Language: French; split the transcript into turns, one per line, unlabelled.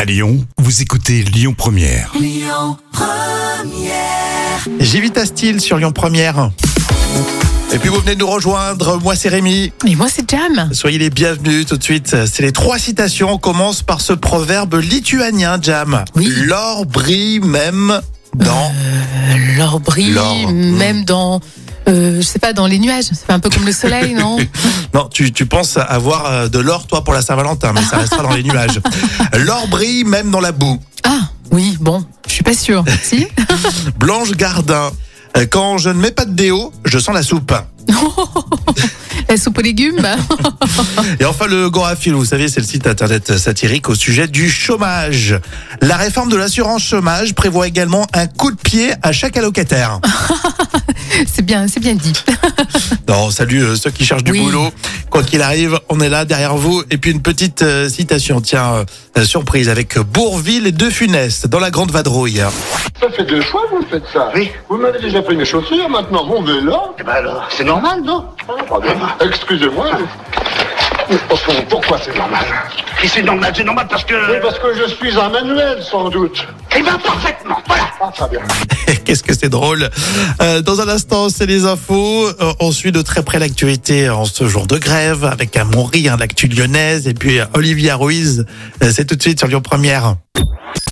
À Lyon, vous écoutez Lyon Première.
J'évite à style sur Lyon Première. Et puis vous venez de nous rejoindre, moi c'est Rémi.
Et moi, c'est Jam.
Soyez les bienvenus tout de suite. C'est les trois citations. On commence par ce proverbe lituanien, Jam.
Oui. Euh.
L'or brille même dans...
L'or brille,
L'or, mm.
même dans. Euh, je sais pas, dans les nuages. C'est un peu comme le soleil, non
Non, tu, tu penses avoir euh, de l'or, toi, pour la Saint-Valentin, mais ça restera dans les nuages. L'or brille même dans la boue.
Ah, oui, bon, je suis pas sûre. Si
Blanche Gardin. euh, Quand je ne mets pas de déo, je sens la soupe.
La soupe aux légumes bah.
Et enfin, le Gorafil, vous savez, c'est le site internet satirique au sujet du chômage. La réforme de l'assurance chômage prévoit également un coup de pied à chaque allocataire.
C'est bien, c'est bien dit.
Non, salut euh, ceux qui cherchent du
Oui.
boulot. Quoi qu'il arrive, on est là derrière vous. Et puis une petite euh, citation, tiens, euh, euh, surprise, avec Bourville et De Funès dans la Grande Vadrouille.
Ça fait deux fois que vous faites ça.
Oui.
Vous m'avez déjà pris mes chaussures, maintenant mon vélo.
Eh ben alors, c'est normal, non
Ah, Excusez-moi. Mais enfin, pourquoi c'est normal
Et c'est normal, c'est normal parce que...
Oui, parce que je suis un manuel, sans doute.
Eh ben parfaitement, voilà
Ah, très bien.
Qu'est-ce que c'est drôle. Euh, dans un instant, c'est les infos. Euh, on suit de très près l'actualité en ce jour de grève avec Amaury, hein, l'actu lyonnaise, et puis euh, Olivia Ruiz. Euh, c'est tout de suite sur Lyon Première.